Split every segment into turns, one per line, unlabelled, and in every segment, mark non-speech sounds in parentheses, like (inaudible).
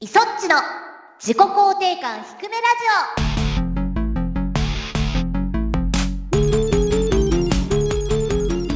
イソッチの自己肯定感低めラジ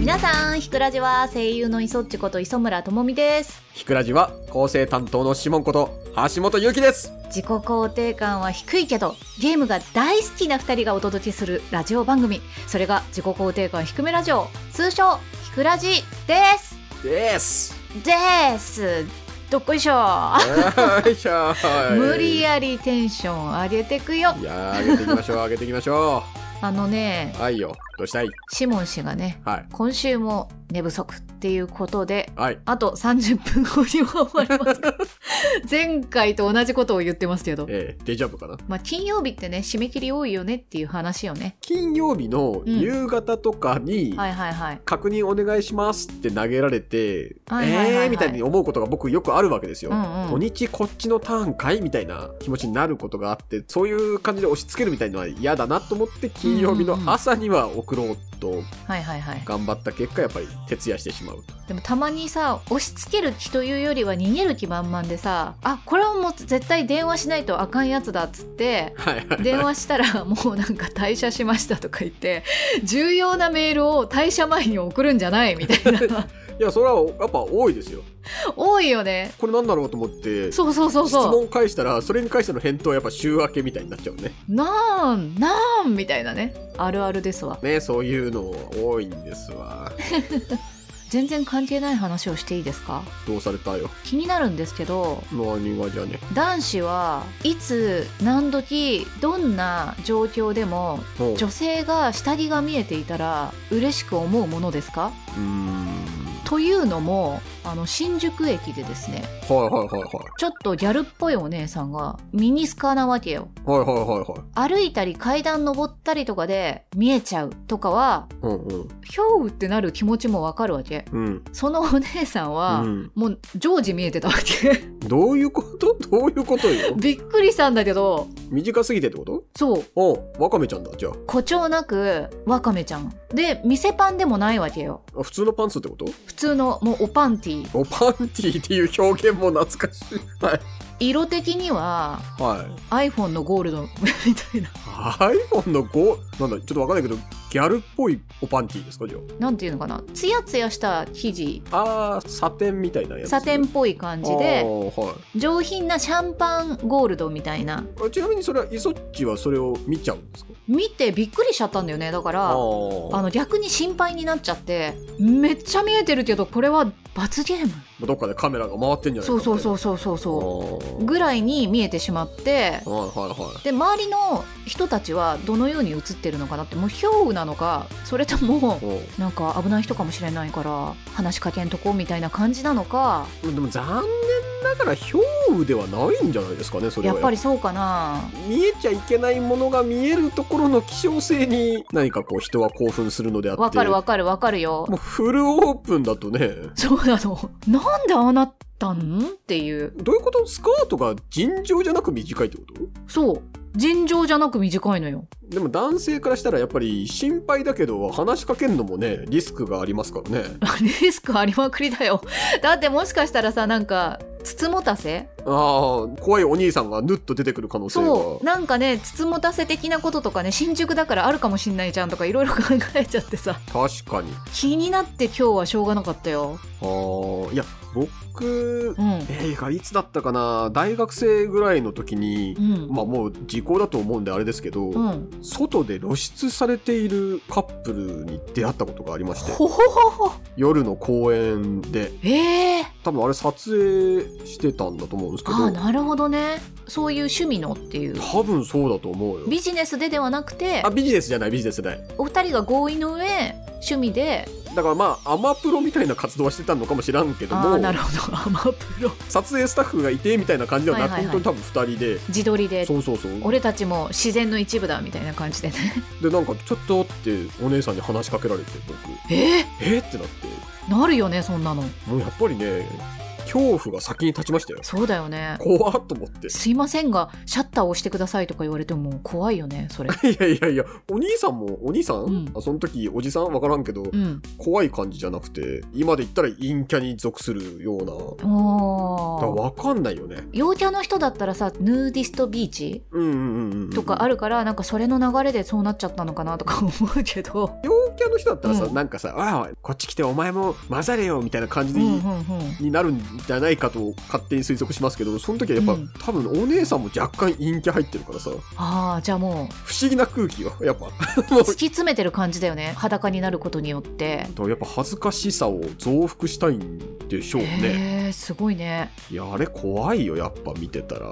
皆さん、ひくらじは声優の磯っちこと磯村智美です。
ひくらじは構成担当のシモンこと橋本ゆうきです。
自己肯定感は低いけど、ゲームが大好きな二人がお届けするラジオ番組。それが自己肯定感低めラジオ、通称、ひくらじです。 (laughs)
です。
です。どっこいしょ、
よいしょ
無理
や。
やりテンション上げてくよ。
いやー上げていきましょう上げていきましょ
あのね
う。、はいよどうしたい。
シモン氏がね、
はい
今週も寝不足っていうことで、
はい。
あと30分後には終わ
(laughs)
りますか前回と同じことを言ってますけど。
えー、デジャブかな。
まあ、金曜日ってね、締め切り多いよねっていう話よね。
金曜日の夕方とかに、
はいはいはい。
確認お願いしますって投げられて、
はいはいはいはい
えーみたいに思うことが僕よくあるわけですよ。
うんうん
土日こっちのターンかいみたいな気持ちになることがあって、そういう感じで押し付けるみたいのは嫌だなと思って、金曜日の朝には送ろうと
はいはいはい。
頑張った結果、やっぱり徹夜してしまう。
(laughs) でもたまにさ、押し付ける気というよりは逃げる気満々でさ、あ、これはもう絶対電話しないとあかんやつだっつって、
はいはいはい。
電話したらもうなんか退社しましたとか言って、重要なメールを退社前に送るんじゃないみた
(laughs)
いな。 (laughs)
いや、それはやっぱ多いですよ。
多いよね。
これなんだろうと思って、
そうそうそう
質
そう。
問返したら、それに返しての返答はやっぱ週明けみたいになっちゃうね。
なん、なんみたいなね。あるあるですわ。
ね、そういうの多いんですわ。
全然関係ない話をしていいですか
どうされたよ。
気になるんですけど、
何がじゃね。
男子はいつ何時どんな状況でも
おう
女性が下着が見えていたら嬉しく思うものですか
うーん。
というのもあの新宿駅でですね
はいはいはいはい。
ちょっとギャルっぽいお姉さんがミニスカなわけよ
はいはいはいはい。
歩いたり階段登ったりとかで見えちゃうとかは
うんうん。
ひょうってなる気持ちもわかるわけ
うん。
そのお姉さんは、
うん、
もう常時見えてたわけ (laughs)
どういうことどういうことよ
びっくりしたんだけど
短すぎてってこと
そう
おうわかめちゃんだ、じゃ
誇張なくわかめちゃんで店パンでもないわけよ
あ。あ普通のパンツってこと
普通のもうおパンティ
おパンティーっていう表現も懐かしい。はい。
色的には
はい。
iPhone のゴールド (laughs) みたいな
iPhone の5、なんだ、ちょっとわかんないけど、ギャルっぽいおパンティーですか、じゃ
なんていうのかなツヤツヤした生地
あ。あー、サテンみたいなやつ。
サテンっぽい感じ
あ
で
ーはい
上品なシャンパンゴールドみたいな
あちなみにそれはイソッチはそれを見ちゃうんですか
見てびっくりしちゃったんだよねだからあ
ああ
の逆に心配になっちゃってめっちゃ見えてるけどこれは罰ゲーム
どっかでカメラが回ってんじゃないか
そうそうそううそうそうそ
そう
ぐらいに見えてしまって
はいはいはい
で周りの人たちはどのように映ってるのかなってもう氷雨なのかそれとも
おう
なんか危ない人かもしれないから話しかけんとこみたいな感じなのか
でも残念ながら氷雨ではないんじゃないですかねそれ
や
は
っぱりそうかな
見えちゃいけないものが見えるところの希少性に何かこう人は興奮するのであって
わかるわかるわかるよ
もうフルオープンだとね
そうなのなんでああなったんっていう
どういうことスカートが尋常じゃなく短いってこと
そう尋常じゃなく短いのよ (laughs)
でも男性からしたらやっぱり心配だけど話しかけるのもねリスクがありますからね
リスクありまくりだよ。だってもしかしたらさ、なんか、つつもたせ
ああ怖いお兄さんがぬっと出てくる可能性
そ
が
う。なんかね、つつもたせ的なこととかね、新宿だからあるかもしんないじゃんとかいろいろ考えちゃってさ、 (laughs)
確かに
気になって今日はしょうがなかったよ。
ああいや僕
うん。
えーいつだったかな大学生ぐらいの時に
う、ん。
まあもう時効だと思うんであれですけど、
うん。
外で露出されているカップルに出会ったことがありまして
ほほほほ。
夜の公園で
ええ
多分あれ撮影してたんだと思うんですけ
ああ、
ど
なるほどね。そういう趣味のっていう。
多分そうだと思うよ
ビジネスでではなくて
あ、ビジネスじゃないビジネスじゃない
お二人が合意の上、趣味で、
だからまあアマプロみたいな活動はしてたのかもしらんけど
あ
も
あ、なるほど。ア (laughs) マプロ。
撮影スタッフがいてみたいな感じではなく、
はいはいはい
本当に多分2人で。
自撮りで、
そうそうそう
俺たちも自然の一部だみたいな感じでね。
でなんかちょっとってお姉さんに話しかけられて僕
ええ
えーってなって
なるよねそんなの
もうやっぱりね恐怖が先に立ち
(laughs)
ましたよ。
そうだよね
怖っと思って。
すいませんがシャッターを押してくださいとか言われても怖いよね
(laughs)
それ
いやいやいや、お兄さんも、お兄さん、
うん
あその時、おじさんわからんけど、
うん
怖い感じじゃなくて、今で言ったら陰キャに属するような。だか
おー
らわかんないよね。
陽キャの人だったらさヌーディストビーチ
うんうんうんうん。
とかあるからなんかそれの流れでそうなっちゃったのかなとか思 (laughs) うけど
陽キャの人だったらさ、
うん
なんかさ、ああ、こっち来てお前も混ざれよみたいな感じ
う
に,、
んうんうん
になるんじゃないかと勝手に推測しますけど、その時はやっぱ、
うん
多分お姉さんも若干陰キャ入ってるからさ、
ああじゃあも
不思議な空気よ、やっぱ。
う突き詰めてる感じだよね裸になることによって
だからやっぱ恥ずかしさを増幅したいんでしょうね。
へえすごいね
いや、あれ怖いよ、やっぱ見てたら。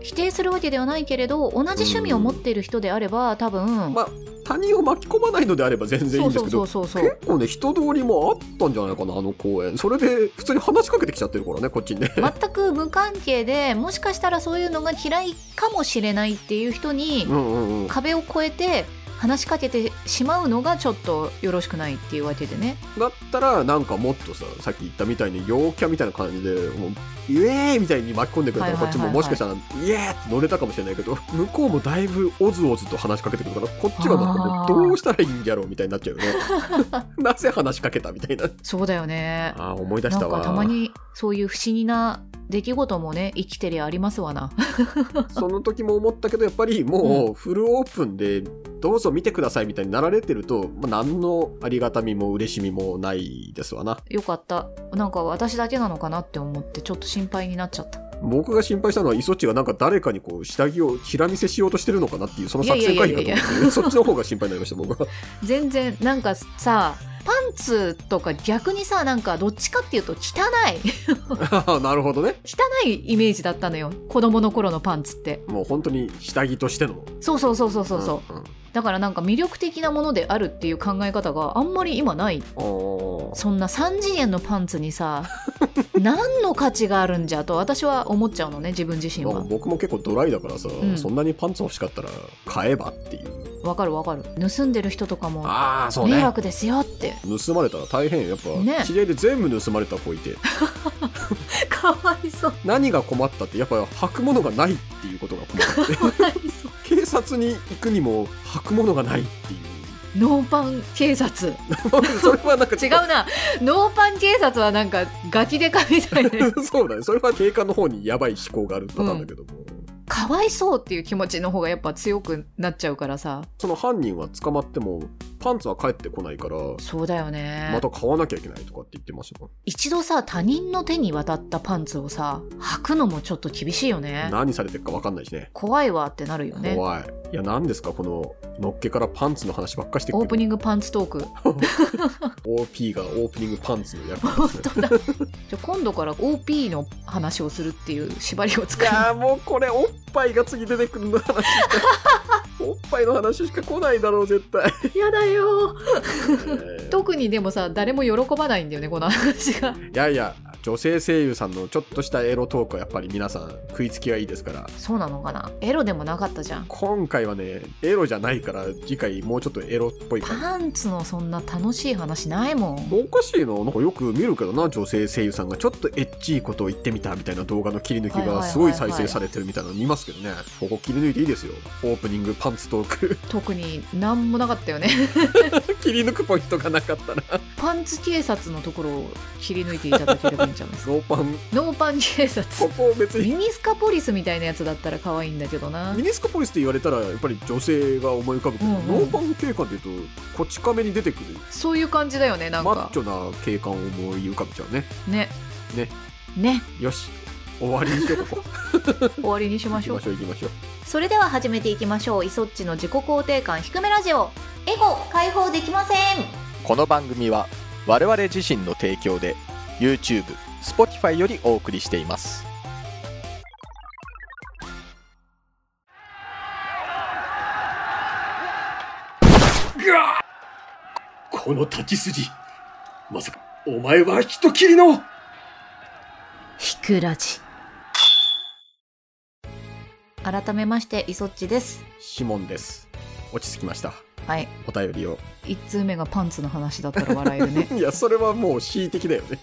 否定するわけではないけれど同じ趣味を持っている人であれば多分、
まあ、他人を巻き込まないのであれば全然いい
そ
ん
う
です
そう
け
そ
ど
う、そうそう
結構ね、人通りもあったんじゃないかな、あの公園。それで、普通に話しかけてきちゃってるからね、こっちに (laughs) ね。
全く無関係でもしかしたらそういうのが嫌いかもしれないっていう人に
うんうんうん。
壁を越えて話しかけてしまうのがちょっとよろしくないっていうわけでね
だったら、なんかもっとさ、さっき言ったみたいに、陽キャみたいな感じで、もう、イエーイみたいに巻き込んでくれたら、
はい
こ
は
っ
い
ち
はい
も
はい
もしかしたら、イエーイって乗れたかもしれないけど、向こうもだいぶおずおずと話しかけてくるから、こっちがなんかも
あ
う、
ー
どうしたらいいんやろうみたいになっちゃうよね。
(laughs)
なぜ話しかけたみたいな。
そうだよね
ああ、思い出
な
した
ん
わ。
かたまにそういう不思議な出来事もね生きてりゃありますわな (laughs)
その時も思ったけど、やっぱりもうフルオープンで、どうぞ見てくださいみたいになられてると、まあ、何のありがたみも嬉しみもないですわな。
よかったなんか私だけなのかなって思ってちょっと心配になっちゃった
僕が心配したのは、イソッチがなんか誰かにこう、下着を平見せしようとしてるのかなっていう、その作戦会議かと
いやいやいや
思
いや
(laughs) って、そっちの方が心配になりました、僕は。
全然なんかさパンツとか逆にさなんかどっちかっていうと汚い (laughs)
(laughs) ああなるほどね。
汚いイメージだったのよ子供の頃のパンツって
もう本当に下着としての。
そうそうそうそうそうそう、
うんうん
だからなんか魅力的なものであるっていう考え方があんまり今ない
おー
そんな3次元のパンツに (laughs) さ何の価値があるんじゃと私は思っちゃうのね自分自身
まあ
は
僕も結構ドライだからさ、
ん
そんなにパンツ欲しかったら買えばっていう。
わかるわかる盗んでる人とかも
ああ、そう
迷
ね。
惑ですよって、
盗まれたら大変よやっぱ、
ね
知り合いで全部盗まれた子いて。
かわいそう
何が困ったってやっぱ履くものがないっていうことが困って
かわいそう
警察に行くにも履くものがないって (laughs) い
ノーパン警察
うそれはなんか
違うなノーパン警察はなんかガキデカみたい (laughs) な
(laughs) そうだねそれは警官の方にやばい思考があるパターンだけども、
かわいそうっていう気持ちの方がやっぱ強くなっちゃうからさ
その犯人は捕まってもパンツは返ってこないから
そうだよね
また買わなきゃいけないとかって言ってましたもん
一度さ他人の手に渡ったパンツをさ履くのもちょっと厳しいよね
何されてるか分かんないしね
怖いわってなるよね
怖いいや何ですかこののっけからパンツの話ばっかしてく
オ
る
ープニングパンツトーク
OP がオープニングパンツの役
本
割ですね
当だじゃあ今度から OP の話をするっていう縛りを
い
作る
やーもうこれおっぱいが次出てくるの話しかおっぱいの話しか来ないだろう絶対、
やだよ
えー
特にでもさ誰も喜ばないんだよねこの話が
いやいや女性声優さんのちょっとしたエロトークはやっぱり皆さん食いつきがいいですから
そうなのかなエロでもなかったじゃん
今回はねエロじゃないから次回もうちょっとエロっぽい感じ
パンツのそんな楽しい話ないもん
おかしいななんかよく見るけどな女性声優さんがちょっとエッチいことを言ってみたみたいな動画の切り抜
は
き
いはいはい
が
はい
すごい再生されてるみたいなの見ますけどねここ切り抜いていいですよオープニングパンツトーク
特に何もなかったよね
(laughs) 切り抜くポイントがなかっ
(laughs)
たら
パンツ警察のところを切り抜いていただければいいんじゃない
(laughs)
ですか
ノーパン
ノーパン警察
ここ別に
ミニスカポリスみたいなやつだったら可愛いんだけどな
ミニスカポリスって言われたらやっぱり女性が思い浮かぶけど、
うんうん
ノーパン警官っていうとこち亀に出てくる
そういう感じだよねなん
マッ
か
チョな警官を思い浮かべちゃうね
ね
ね
ね
よし終わりにしよ
(laughs)
うここ
終わりにしま
行
し
き
ょ
ま
う
しょう行きましょう
それでは始めていきましょうイソッチの自己肯定感低めラジオ
エゴ解放できません
この番組は我々自身の提供で YouTube、Spotify よりお送りしています
この立ち筋まさかお前は人斬りの
ひくラジ改めましてイソッチです
指紋です落ち着きました
はい
お便りを
1通
(laughs)
目がパンツの話だったら笑えるね
いやそれはもう恣意的だよね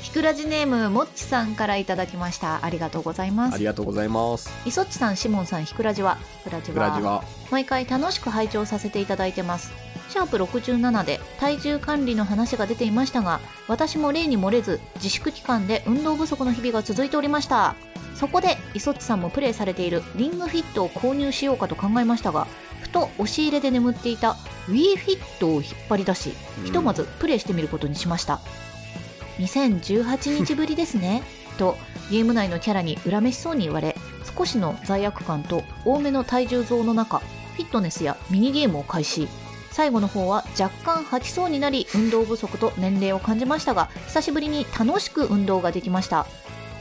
ひくらじネームもっちさんからいただきましたありがとうございま
あ
す
りがとうございます。
いそっちさんしもんさんひくらじはひくらじ
グラジ
は
は。
毎回楽しく拝聴させていただいてますシャープ67で体重管理の話が出ていましたが私も例に漏れず自粛期間で運動不足の日々が続いておりましたそこでいそっちさんもプレイされているリングフィットを購入しようかと考えましたがふと押し入れで眠っていた WeFit を引っ張り出し
うん
ひとまずプレイしてみることにしました2018日ぶりですねとゲーム内のキャラに恨めしそうに言われ少しの罪悪感と多めの体重増の中フィットネスやミニゲームを開始最後の方は若干吐きそうになり運動不足と年齢を感じましたが久しぶりに楽しく運動ができました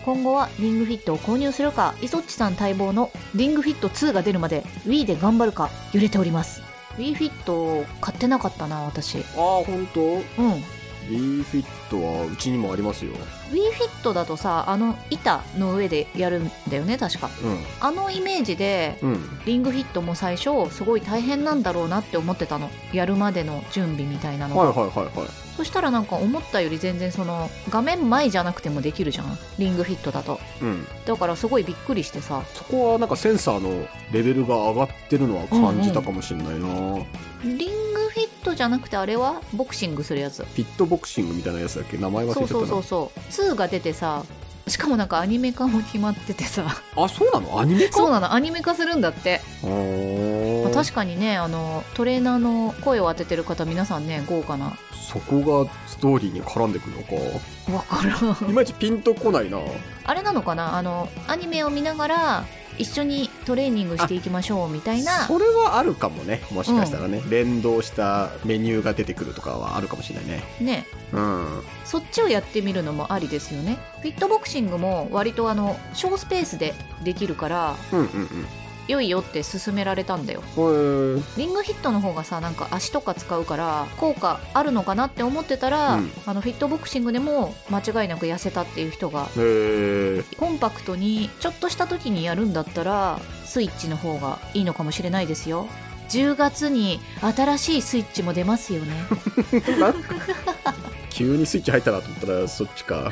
今後はリングフィットを購入するかイソッチさん待望のリングフィット2が出るまで Wii で頑張るか揺れております Wii フィット買ってなかったな私うん
ああ、本当 ?B
ウ
フィットはうちにもありますよ。
ィーフィットだとさあの板の上でやるんだよね確かあのイメージで
うん。うん。
リングフィットも最初すごい大変なんだろうなって思ってたのやるまでの準備みたいなのが
はいはいはいはい。
そしたらなんか思ったより全然その画面前じゃなくてもできるじゃんリングフィットだと
うん。
だからすごいびっくりしてさ
そこはなんかセンサーのレベルが上がってるのは感じたかもしれないな、
リングフィットじゃなくてあれはボクシングするやつ
フィットボクシングみたいなやつだっけ名前忘れちゃ
そ
っ
う
た
そ
な
うそうそう2が出てさしかもなんかアニメ化も決まっててさ
あそうなのアニメか
そうなのアニメ化するんだって、
あー
まあ確かにねあのトレーナーの声を当ててる方皆さんね豪華な
そこがストーリーに絡んでくるのか
わからん
いまいちピンとこないな
(laughs) あれなのかなあのアニメを見ながら一緒にトレーニングしていきましょうみたいな
それはあるかもねもしかしたらね、連動したメニューが出てくるとかはあるかもしれないね
ね
うん
そっちをやってみるのもありですよねフィットボクシングも割とあの小スペースでできるから
うんうん
良いよって勧められたんだよ
うんへー
リングヒットの方がさなんか足とか使うから効果あるのかなって思ってたら、
うん
あのフィットボクシングでも間違いなく痩せたっていう人が
へー
コンパクトにちょっとした時にやるんだったらスイッチの方がいいのかもしれないですよ10月に新しいスイッチも出ます
(laughs)
よね
急にスイッチ入ったなと思ったらそっち
(laughs)
か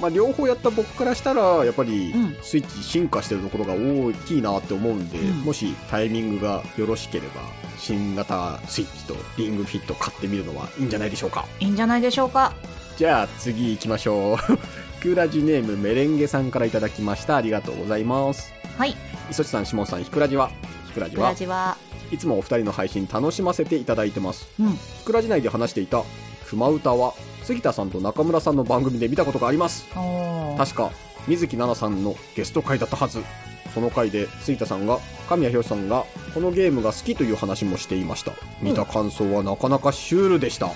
まあ両方やった僕からしたらやっぱり
うん
スイッチ進化してるところが大きいなって思うんで、
うん
もしタイミングがよろしければ新型スイッチとリングフィット買ってみるのはいいんじゃないでしょうか
いいんじゃないでしょうか
じゃあ次行きましょう (laughs) クーラジネームメレンゲさんからいただきましたありがとうございます
はい
磯地さん下さんひくらじはひくらじ
ブラ
は
ジはい
つもお二人の配信楽しませていただいてます、
うん
ひくらじ内で話していた熊歌は杉田さんと中村さんの番組で見たことがあります
おー
確か水木奈々さんのゲスト会だったはずその回で杉田さんが神谷博さんがこのゲームが好きという話もしていました見た感想はなかなかシュールでした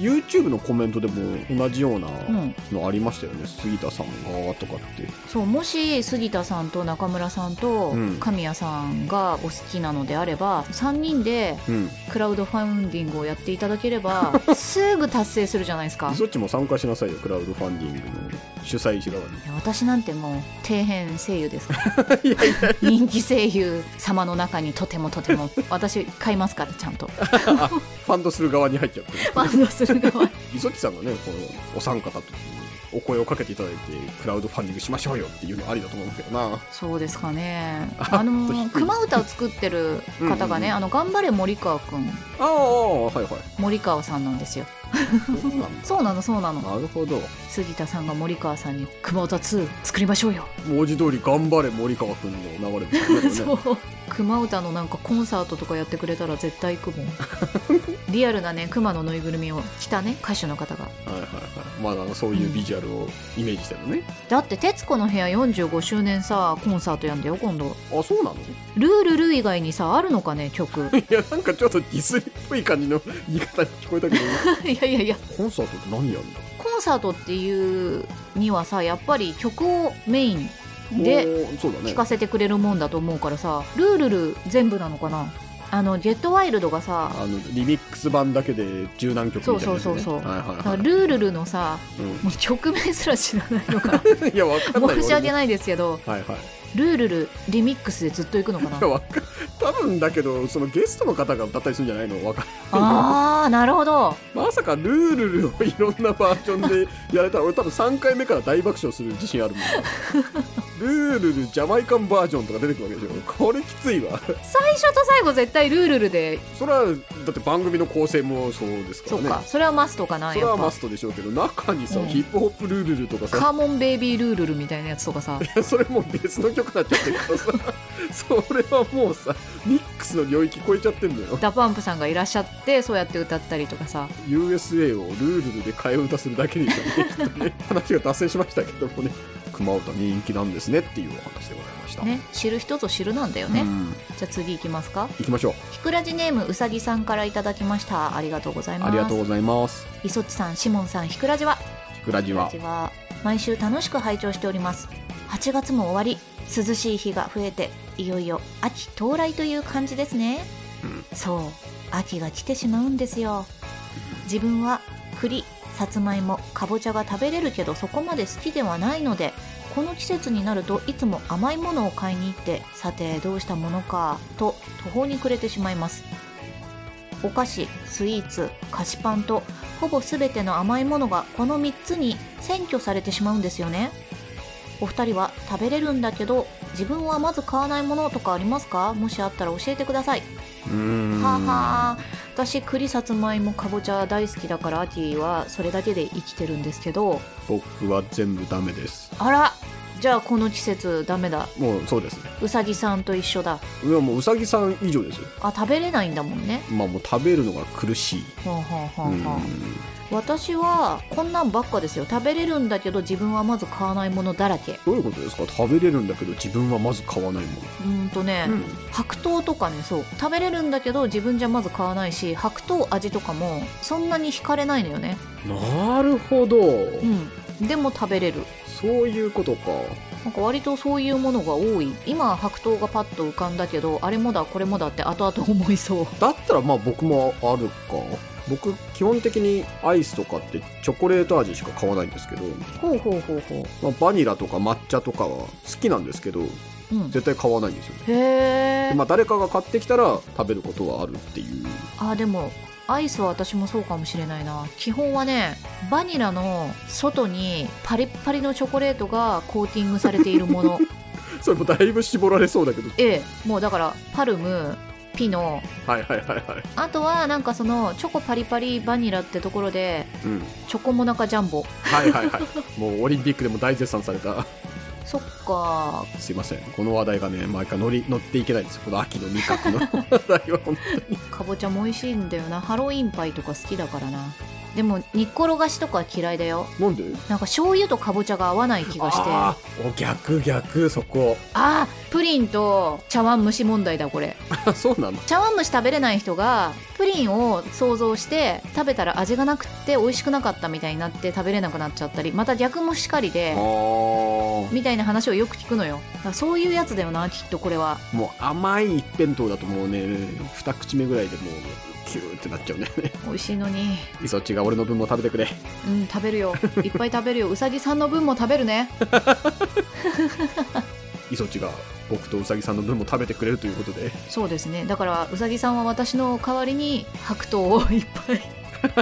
YouTube のコメントでも同じような
うん、
のありましたよね、杉田さんがとかって
そうもし杉田さんと中村さんと
うん
神谷さんがお好きなのであれば、3人で
うん
クラウドファンディングをやっていただければ
(laughs)
すぐ達成するじゃないですか
そっちも参加しなさいよクラウドファンディングの主催者側に
いや私なんてもう底辺声優ですから
(laughs) いや
人気声優様の中にとてもとても私買いますからちゃん
(laughs)
と
ファンドする側に入
(laughs)
っちゃって
バンドする側に
磯地さんがねこのお三方とお声をかけていただいてクラウドファンディングしましょうよっていうのありだと思うんだけどな
そうですかね
あ
あ
ちょっと低
の
い
熊歌を作ってる方がね
うんうんうん
あの頑張れ森川くん
ああはいはい
森川さんなんですよ
そうなんだ
そうなのそうなの
なるほど
杉田さんが森川さんに「熊歌2作りましょうよ」
文字通り頑張れ森川くんの流れですねこれ
(laughs)
ね
そう熊歌のなんかコンサートとかやってくれたら絶対
(laughs)
行くもんリアルなね熊のぬいぐるみを着たね歌手の方が
はいはいはいまあなんかそういうビジュアルをイメージしてるね、
だって「徹子の部屋」45周年さコンサートやんだよ今度
あそうなの
「ルールル」以外にさあるのかね曲 (laughs)
いやなんかちょっとディスりっぽい感じの言い方に聞こえた
(laughs)
けど
いやいやいや
コンサートって何やるんだ
コンサートっていうにはさやっぱり曲をメインで
おーそうだね
聴かせてくれるもんだと思うからさ「ルールル」全部なのかなあの「ゲットワイルド」がさ
あのリミックス版だけで十何曲みたいな、ね、
そうそうそうそう
はいは
だ
い
から
はい
ルールルのさ
う
もう曲名すら知らないのか
んいやわかんない
申し訳
ない
ないですけど
はいはい
ルールルリミックスでずっと行くのかな
わか多分だけどそのゲストの方が歌ったりするんじゃないのわかんない
あーなるほど
まさかルールルをいろんなバージョンでやれたら俺多分3回目から大爆笑する自信あるもんルールルジャマイカンバージョンとか出てくるわけでしょこれきついわ
最初と最後絶対ルールルで
それはだって番組の構成もそうですか
そ
ら
う
ね
かそれはマストかな
それ
や
は
っ
マ
ぱ
ストでしょうけど中にさ、
うん
ヒップホップルールルとかさ
カーモンベイビールールルみたいなやつとかさ
(laughs) それもう別の曲になっちゃってるからさそれはもうさミックスの領域超えちゃってんだよ
ダパンプさんがいらっしゃってそうやって歌ったりとかさ
USA をルールルで替え歌するだけでいいからねきっとね (laughs) 話が達成しましたけどもね熊本人気なんですねっていうお話でございました
ね知る人ぞ知るなんだよね、
うん
じゃあ次行きますか
行きましょう
ひくらじネームうさぎさんからいただきましたありがとうございます
ありがとうございます
いそっちさんしもんさんひくらじは
ひくらじ
ひくら
は
じは毎週楽しく拝聴しております8月も終わり涼しい日が増えていよいよ秋到来という感じですね、
うん
そう秋が来てしまうんですよ自分は栗さつまいもかぼちゃが食べれるけどそこまで好きではないのでこの季節になるといつも甘いものを買いに行ってさてどうしたものかと途方に暮れてしまいますお菓子スイーツ菓子パンとほぼ全ての甘いものがこの3つに占拠されてしまうんですよねお二人は食べれるんだけど自分はまず買わないものとかありますかもしあったら教えてくださいう
ーん
はあはあ私栗さつまいもかぼちゃ大好きだから秋はそれだけで生きてるんですけど
僕は全部ダメです
あらじゃあこの季節ダメだ
もうそうですね
うさぎさんと一緒だ
いやもううさぎさん以上ですよ
あ食べれないんだもんね
まあもう食べるのが苦しい
はあはあはあはあ
うん
私はこんなんばっかですよ食べれるんだけど自分はまず買わないものだらけ
どういうことですか食べれるんだけど自分はまず買わないもの
うーんとね、
うん
白桃とかねそう食べれるんだけど自分じゃまず買わないし白桃味とかもそんなに惹かれないのよね
なるほど、
うんでも食べれる
そういうことか
なんか割とそういうものが多い今白桃がパッと浮かんだけどあれもだこれもだって後々思いそう
だったらまあ僕もあるか僕基本的にアイスとかってチョコレート味しか買わないんですけど、
ほうほうほうほ
まあ、バニラとか抹茶とかは好きなんですけど
う、うん、
絶対買わないんですよ
へえ
でまあ誰かが買ってきたら食べることはあるっていう (laughs)
あでもアイスは私もそうかもしれないな基本はねバニラの外にパリッパリのチョコレートがコーティングされているも (laughs) の
それもだいぶ絞られそうだけど
ええもうだからパルムピノ
はいはいはいはい
あとはなんかそのチョコパリパリバニラってところで
うん
チョコモナカジャンボ
はいはいはいもうオリンピックでも大絶賛された
そっか
すいませんこの話題がね毎回乗り乗っていけないんですよこの秋の味 (laughs) 覚の話題は本
かぼちゃも美味しいんだよなハロウィンパイとか好きだからなでも煮っころがしとかは嫌いだよ
当なんで
なんか醤油とかぼちゃが合わない気がして
あーお逆逆そ (laughs) こ
あープリンと茶碗蒸し問題だこれ
あそうなの
茶碗蒸し食べれない人がプリンを想像して食べたら味がなくって美味しくなかったみたいになって食べれなくなっちゃったりまた逆もしかりで
あ
みたいな話をよく聞くのよだからそういうやつだよなきっとこれは
あもう甘い一辺倒だともうね二口目ぐらいでもうキューってなっちゃうね (laughs)
美味しいのに
いそっちが俺の分も食べてくれ
うん食べるよいっぱい食べるようさぎさんの分も食べるね
いそっちが僕とうさぎさんの分も食べてくれるということで (laughs)
そうですねだからうさぎさんは私の代わりに白桃をいっぱい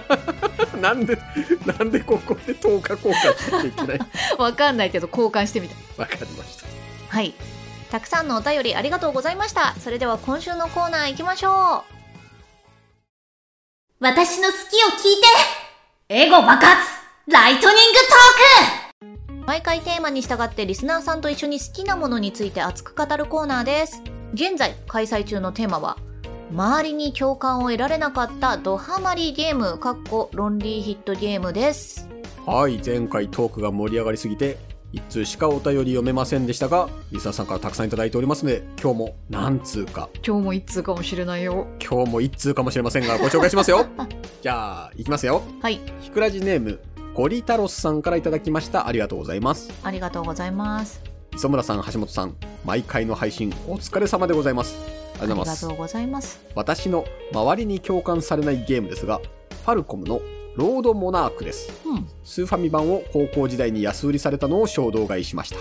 (laughs)
なんでなんでここで10日交換しなきゃいけない (laughs)
わかんないけど交換してみた
わかりました
はいたくさんのお便りありがとうございましたそれでは今週のコーナー行きましょう
私の好きを聞いてエゴ爆発ライトニング
毎回テーマに従ってリスナーさんと一緒に好きなものについて熱く語るコーナーです。現在開催中のテーマは、周りに共感を得られなかったドハマりゲーム、かっこロンリーヒットゲームです。
はい前回トークが盛り上がりすぎて一通しかお便り読めませんでしたがリサさんからたくさんいただいておりますので今日も何通か
今日も一通かもしれないよ。
今日も一通かもしれませんがご紹介しますよじゃあいきますよ
はい、
ひくらじネームゴリタロスさんからいただきましたありがとうございます
ありがとうございます。
磯村さん橋本さん毎回の配信お疲れ様でございますあ
あ
り
りが
がとうございます
とうございます。
私の周りに共感されないゲームですがファルコムのロードモナークです
うん、
スーファミ版を高校時代に安売りされたのを衝動買いしました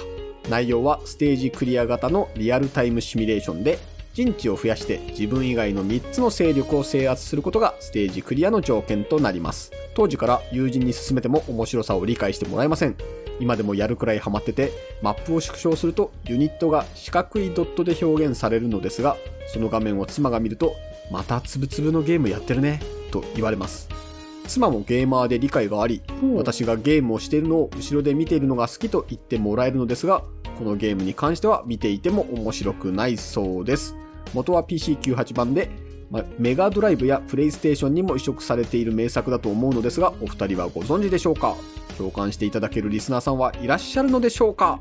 内容はステージクリア型のリアルタイムシミュレーションで、陣地を増やして自分以外の3つの勢力を制圧することがステージクリアの条件となります。当時から友人に勧めても面白さを理解してもらえません。今でもやるくらいハマってて、マップを縮小するとユニットが四角いドットで表現されるのですが、その画面を妻が見ると、またつぶつぶのゲームやってるね、と言われます。妻もゲーマーで理解があり、私がゲームをしているのを後ろで見ているのが好きと言ってもらえるのですが、このゲームに関しては見ていても面白くないそうです。元は PC98 版で、まメガドライブやプレイステーションにも移植されている名作だと思うのですが、お二人はご存知でしょうか共感していただけるリスナーさんはいらっしゃるのでしょうか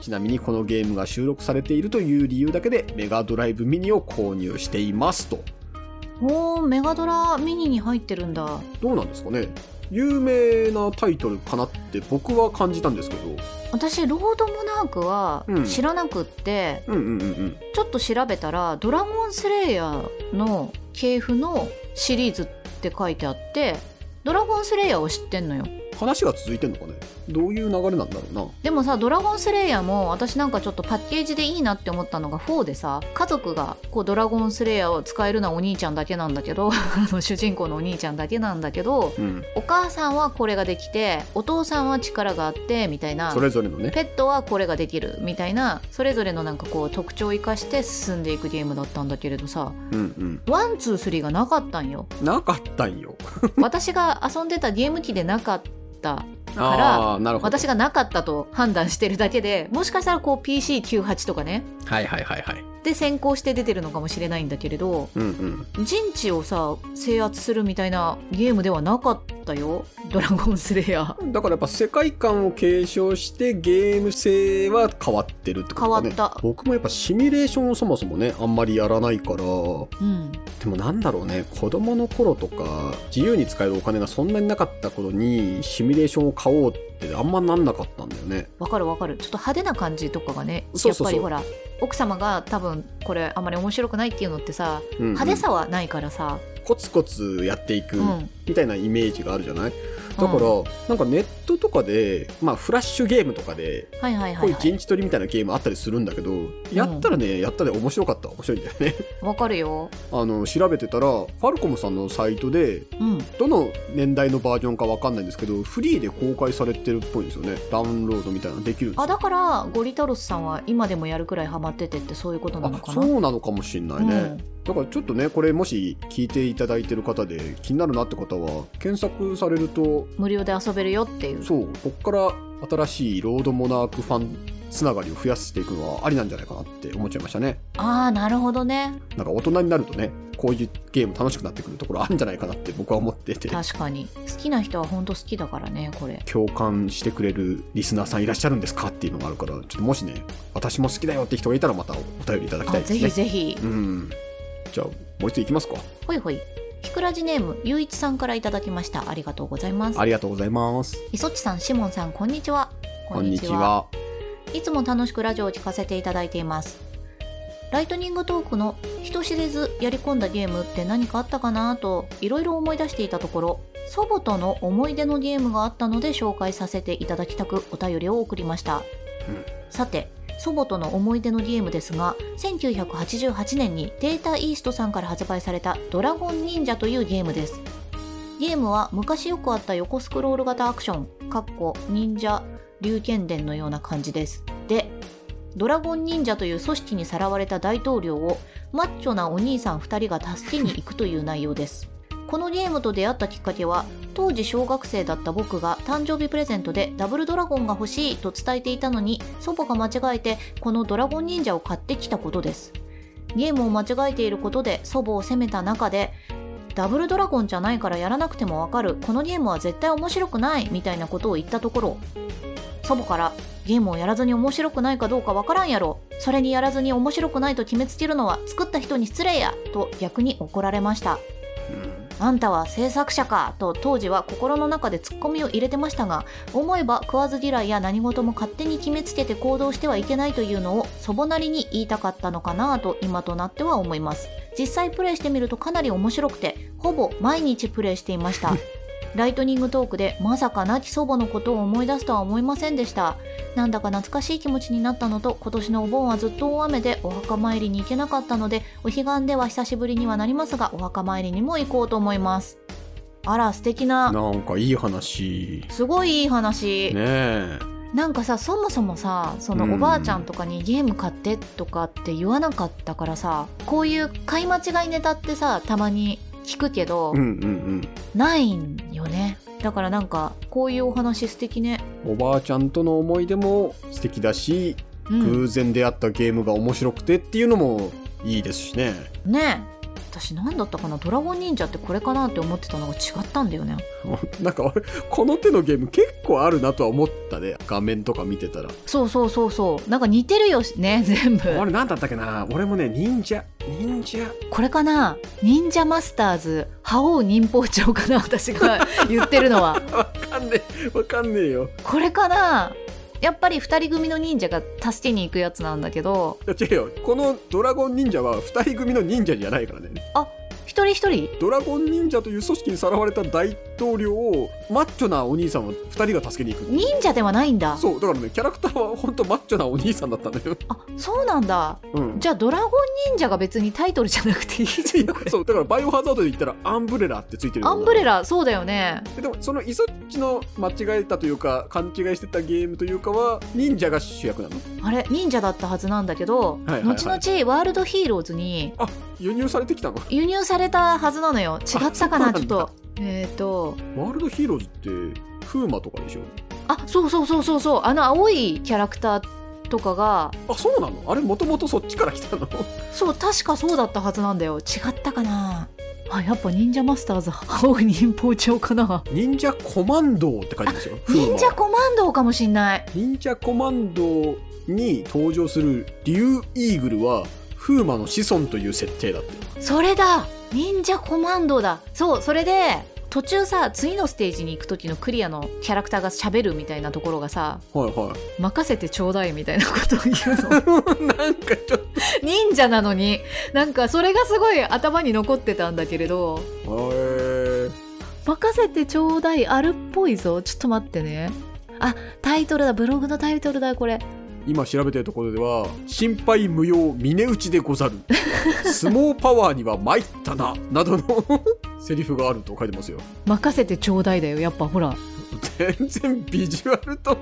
ちなみにこのゲームが収録されているという理由だけでメガドライブミニを購入していますと。
おーメガドラミニに入ってるんだ
どうなんですかね有名なタイトルかなって僕は感じたんですけど。
私ロードモナークは
うん
知らなくって、
うんうんうんうん。
ちょっと調べたら「ドラゴンスレイヤー」の系譜のシリーズって書いてあってドラゴンスレイヤーを知ってんのよ
話が続いてんのかねどういう流れなんだろうな。
でもさ「ドラゴンスレイヤー」も私なんかちょっとパッケージでいいなって思ったのが4でさ家族がこうドラゴンスレイヤーを使えるのはお兄ちゃんだけなんだけど (laughs) あの主人公のお兄ちゃんだけなんだけど
うん。
お母さんはこれができてお父さんは力があってみたいな
それぞれのね。
ペットはこれができるみたいなそれぞれのなんかこう特徴を生かして進んでいくゲームだったんだけれどさ
うん
ワンツースリーがなかったん (laughs) よ
うん。なかった
(laughs)
んよ。
私が遊んでたゲーム機でなかったら
ああー、なるほど。
私がなかったと判断してるだけでもしかしたらこう PC98 とかね
はいはいはいはい。
で先行して出てるのかもしれないんだけれど
うんうん。
陣地をさ制圧するみたいなゲームではなかったよドラゴンスレイヤー
だからやっぱ世界観を継承してゲーム性は変わってるってことかね
変わった
僕もやっぱシミュレーションをそもそもねあんまりやらないからでも
うん
なんだろうね子供の頃とか自由に使えるお金がそんなになかった頃にシミュレーションを買おうってあんまなんなかったんだよね
わかるわかるちょっと派手な感じとかがね
そうそうそう
やっぱりほら奥様が多分これあまり面白くないっていうのってさ
うんうん
派手さはないからさ、
コツコツやっていく
うん
みたいなイメージがあるじゃない、だから、
うん
なんかネットとかで、まあ、フラッシュゲームとかで
はいはい
こ
は
う
い
いう
はい
陣地取りみたいなゲームあったりするんだけど、やったらねやったで面白かった面白いんだよ
(laughs)
ね
わかるよ
あの調べてたらファルコムさんのサイトで
うん
どの年代のバージョンかわかんないんですけどフリーで公開されてるっぽいんですよねダウンロードみたいなのできるんです
あ
よ
だからゴリタロスさんは今でもやるくらいハマっててってそういうことなの
あ
か
そ
な
うなのかもしんないね、
うん
だからちょっとねこれもし聞いていただいてる方で気になるなって方は検索されると
無料で遊べるよっていう
そうこっから新しいロードモナークファンつながりを増やしていくのはありなんじゃないかなって思っちゃいましたね
ああなるほどね
なんか大人になるとねこういうゲーム楽しくなってくるところあるんじゃないかなって僕は思ってて
(laughs) 確かに好きな人は本当好きだからねこれ
共感してくれるリスナーさんいらっしゃるんですかっていうのがあるからちょっともしね私も好きだよって人がいたらまたお便りいただき
あ
たいです
ぜ
ね
ひぜひ
うんじゃあもう一ついきますか
ほいほいひくらじネームゆういちさんからいただきましたありがとうございます
ありがとうございます
磯地さん、シモンさん、こんにちは。
こんにち。はい
つも楽しくラジオを聞かせていただいています。ライトニングトークの人知れずやり込んだゲームって何かあったかなといろいろ思い出していたところ、祖母との思い出のゲームがあったので紹介させていただきたくお便りを送りました。
うん
さて、祖母との思い出のゲームですが、1988年にデータイーストさんから発売されたドラゴン忍者というゲームです。ゲームは昔よくあった横スクロール型アクション、かっこ忍者龍剣伝のような感じです。で、ドラゴン忍者という組織にさらわれた大統領をマッチョなお兄さん2人が助けに行くという内容です。このゲームと出会ったきっかけは当時小学生だった僕が誕生日プレゼントでダブルドラゴンが欲しいと伝えていたのに祖母が間違えてこのドラゴン忍者を買ってきたことです。ゲームを間違えていることで祖母を責めた中でダブルドラゴンじゃないからやらなくてもわかるこのゲームは絶対面白くないみたいなことを言ったところ祖母からゲームをやらずに面白くないかどうかわからんやろそれにやらずに面白くないと決めつけるのは作った人に失礼やと逆に怒られましたあんたは制作者かと当時は心の中でツッコミを入れてましたが思えば食わず嫌いや何事も勝手に決めつけて行動してはいけないというのを祖母なりに言いたかったのかなと今となっては思います実際プレイしてみるとかなり面白くてほぼ毎日プレイしていましたライトニングトークでまさか亡き祖母のことを思い出すとは思いませんでしたなんだか懐かしい気持ちになったのと今年のお盆はずっと大雨でお墓参りに行けなかったのでお彼岸では久しぶりにはなりますがお墓参りにも行こうと思いますあら素敵な
なんかいい話
すごいいい話、
ねえ
なんかさそもそもさその
うん
おばあちゃんとかにゲーム買ってとかって言わなかったからさこういう買い間違いネタってさたまに聞くけど、
うんうん
ないんよねだからなんかこういうお話素敵ね
うんおばあちゃんとの思い出も素敵だし、
うん
偶然出会ったゲームが面白くてっていうのもいいですしね
ねえ私何だったかな「ドラゴン忍者」ってこれかなって思ってたのが違ったんだよね
(laughs) なんか俺この手のゲーム結構あるなとは思ったね画面とか見てたら
そうそうそうそうなんか似てるよね全部
あれ何だったっけな俺もね忍者忍者 (laughs)
これかな忍者マスターズ覇王忍法帳かな私が言ってるのは
わかんねえわかんねえよ
これかなやっぱり2人組の忍者が助けに行くやつなんだけど
いや違うよこのドラゴン忍者は2人組の忍者じゃないからね
一人一人
ドラゴン忍者という組織にさらわれた大統領をマッチョなお兄さんは2人が助けに行くっていう
忍者ではないんだ
そうだからねキャラクターは本当マッチョなお兄さんだったんだよ、
あそうなんだ
うん、
じゃあドラゴン忍者が別にタイトルじゃなくていいじゃ
(laughs)
んこれ
そうだからバイオハザードで言ったらアンブレラってついてる
アンブレ
ラ
ラそうだよね
でもそのイソッチの間違えたというか勘違いしてたゲームというかは忍者が主役なの
あれ忍者だったはずなんだけど、
はいはいはい
後々ワールドヒーローズに
輸入されてきたの
輸入されたはずなのよ違ったかな
あ
ち
そう
ょっ
なんだ
とえっ、と
ワールドヒーローズってフーマとかでしょ
あそうそうそうそうそうあの青いキャラクターとかが
あそうなのあれもともとそっちから来たの
そう確かそうだったはずなんだよ違ったかなあやっぱ忍者マスターズ (laughs) 青い忍法帳かな
忍者コマンドーって書いてますよフーマ
忍者コマンドーかもしんない
忍者コマンドに登場するリュウイーグルはフーマの子孫という設定だって
それだ忍者コマンドーだそうそれで途中さ次のステージに行く時のクリアのキャラクターが喋るみたいなところがさ
はいは
任せてちょうだいみたいなことを言うの
いなんかちょっ
忍者なのになんかそれがすごい頭に残ってたんだけれど
とへえ
任せてちょうだいあるっぽいぞちょっと待ってねあタイトルだブログのタイトルだこれ
今調べてるところでは心配無用峰打ちでござる相撲パワーには参ったななどの (laughs) セリフがあると書いてますよ
任せてちょうだいだよやっぱほら
全然ビジュアルと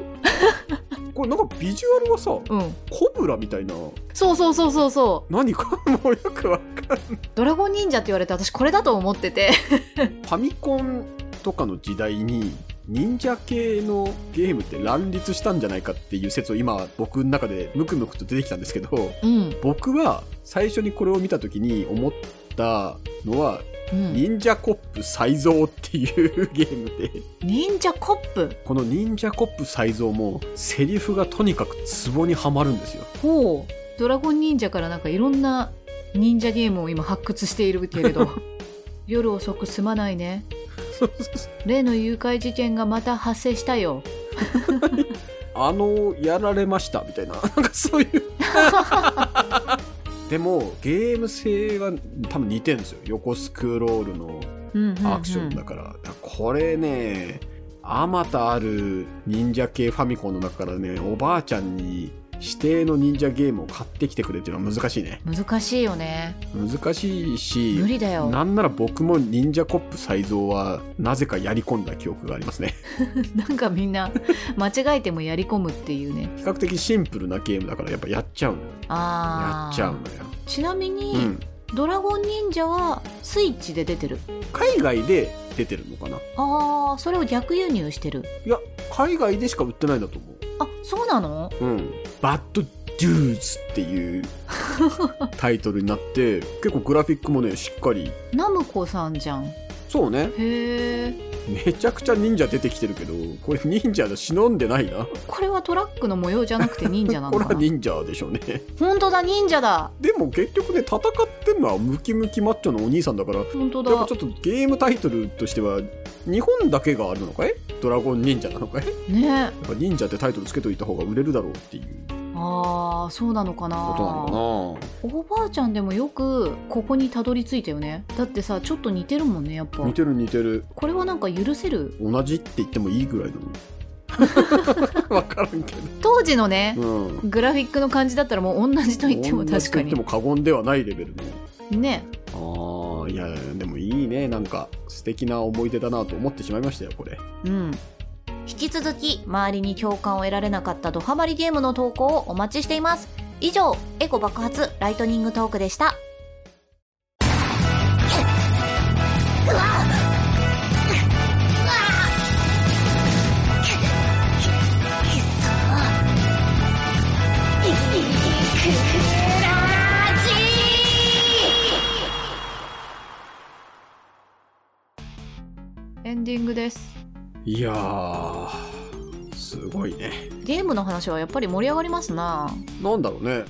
これなんかビジュアルはさ
うん
コブラみたいな
そうそうそうそうそ
何か (laughs) もうよくわかんないう
ドラゴン忍者って言われて私これだと思ってて
ファミコンとかの時代に忍者系のゲームって乱立したんじゃないかっていう説を今僕の中でムクムクと出てきたんですけど
うん
僕は最初にこれを見た時に思ったのは
うん
忍者コップ再造っていうゲームで
忍者コップ
この忍者コップ再造もセリフがとにかくツボにはまるんですよ
ほうドラゴン忍者からなんかいろんな忍者ゲームを今発掘しているけれ (laughs) ど夜遅くすまないね例の誘拐事件がまた発生したよ
あのやられましたみたいななんかそういう (laughs) でもゲーム性は多分似てるんですよ横スクロールの
うんうん、うん、
アクションだから,、これねあまたある忍者系ファミコンの中からねおばあちゃんに指定の忍者ゲームを買ってきてくれっていうのは難しいね
難しいよね
難しいし
無理だよ
なんなら僕も忍者コップ再造はなぜかやり込んだ記憶があります (laughs) ね
なんかみんな間違えてもやり込むっていうね
比較的シンプルなゲームだからやっぱやっちゃうのよ
あ
や
あ
っちゃうのよ
ちなみに、
うん
ドラゴン忍者はスイッチで出てる
海外で出てるのかな
ああそれを逆輸入してる
いや海外でしか売ってないんだと思
あそうなの
ううんバッドデューズっていうタイトルになって (laughs) 結構グラフィックもねしっかり
ナムコさんじゃんへ
そうね
え
めちゃくちゃ忍者出てきてるけどこれ忍者忍んでないな
これはトラックの模様じゃなく
(laughs)
て忍者な
こ
の
れ
か
は
な
忍者でしょうね
本当だ忍者だ
でも結局ね戦ってんのはムキムキマッチョのお兄さんだからやっ
本当
ぱ
だ
ちょっとゲームタイトルとしては日本だけがあるのかいドラゴン忍者なのかいや
ね
(laughs) っぱ忍者ってタイトルつけといた方が売れるだろうっていう
ああそうなのかな
ことなのか
おばあちゃんでもよくここにたどり着いたよねだってさちょっと似てるもんねやっぱ
な似てる似てる
これはなんか許せる
同じって言ってもいいぐらいな
(laughs)
のわからんけ
当時のね、
どうん
グラフィックの感じだったらもう同じと言っても
同
確
じと
か
言っても
に
過言ではないレベルの
ね
ああいやでもいいねなんか素敵な思い出だなと思ってしまいましたよこれ
うん引き続き周りに共感を得られなかったドハマりゲームの投稿をお待ちしています以上エコ爆発ライトニングトークでしたエンディングです
いやーすごいね
ゲームの話はやっぱり盛り上がりますな
なんだろうね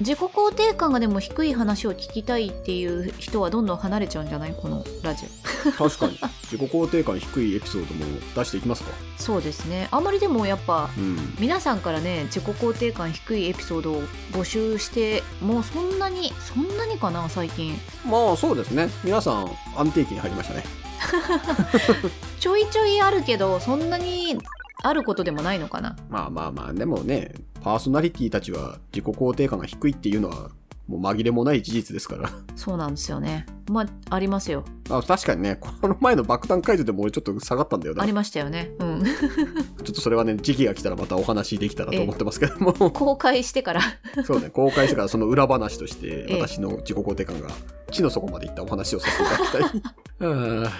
自己肯定感がでも低い話を聞きたいっていう人はどんどん離れちゃうんじゃないこのラジオ (laughs)
確かに自己肯定感低いエピソードも出していきますか
そうですねあんまりでもやっぱ
うん
皆さんからね自己肯定感低いエピソードを募集してもうそんなにそんなにかな最近
まあそうですね皆さん安定期に入りましたね
ちょいちょいあるけどそんなにあることでもないのかな
まあまあまあでもねパーソナリティたちは自己肯定感が低いっていうのはもう紛れもない事実ですから (laughs)
そうなんですよねまあありますよ
あ確かにねこの前の爆弾解除でも俺ちょっと下がったんだよ
あ
ね
りましたよねうん (laughs)
ちょっとそれはね時期が来たらまたお話できたらと思ってますけども
公開してから (laughs)
(laughs) そうね公開してからその裏話として
ええ
私の自己肯定感が地の底までいったお話をさせていただき
(laughs)
たいあ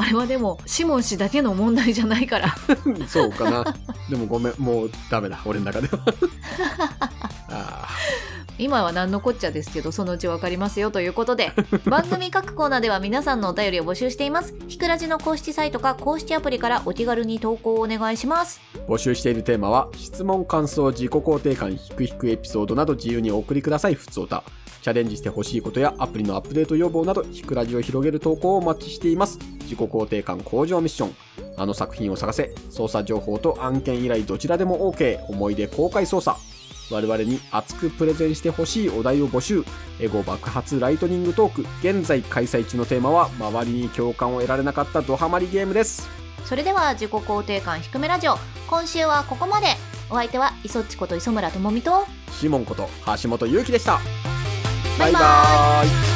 あれはでもシモン氏だけの問題じゃないから
ーそうかなでもごめんもうダメだ俺の中
(laughs)
ではあ
今は何のこっちゃですけどそのうちわかりますよということで番組各コーナーでは皆さんのお便りを募集していますひくらじの公式サイトか公式アプリからお気軽に投稿をお願いします
ー募集しているテーマは質問感想自己肯定感ひくひくエピソードなど自由にお送りくださいふつおたチャレンジしてほしいことやアプリのアップデート要望などひくラジを広げる投稿をお待ちしています自己肯定感向上ミッションあの作品を探せ捜査情報と案件依頼どちらでも OK 思い出公開捜査我々に熱くプレゼンしてほしいお題を募集エゴ爆発ライトニングトーク現在開催中のテーマは周りに共感を得られなかったドハマりゲームです
それでは自己肯定感低めラジオ今週はここまでお相手は磯っちこと磯村智美と
シモンこと橋本ゆうきでした
バイバ
バイバーイ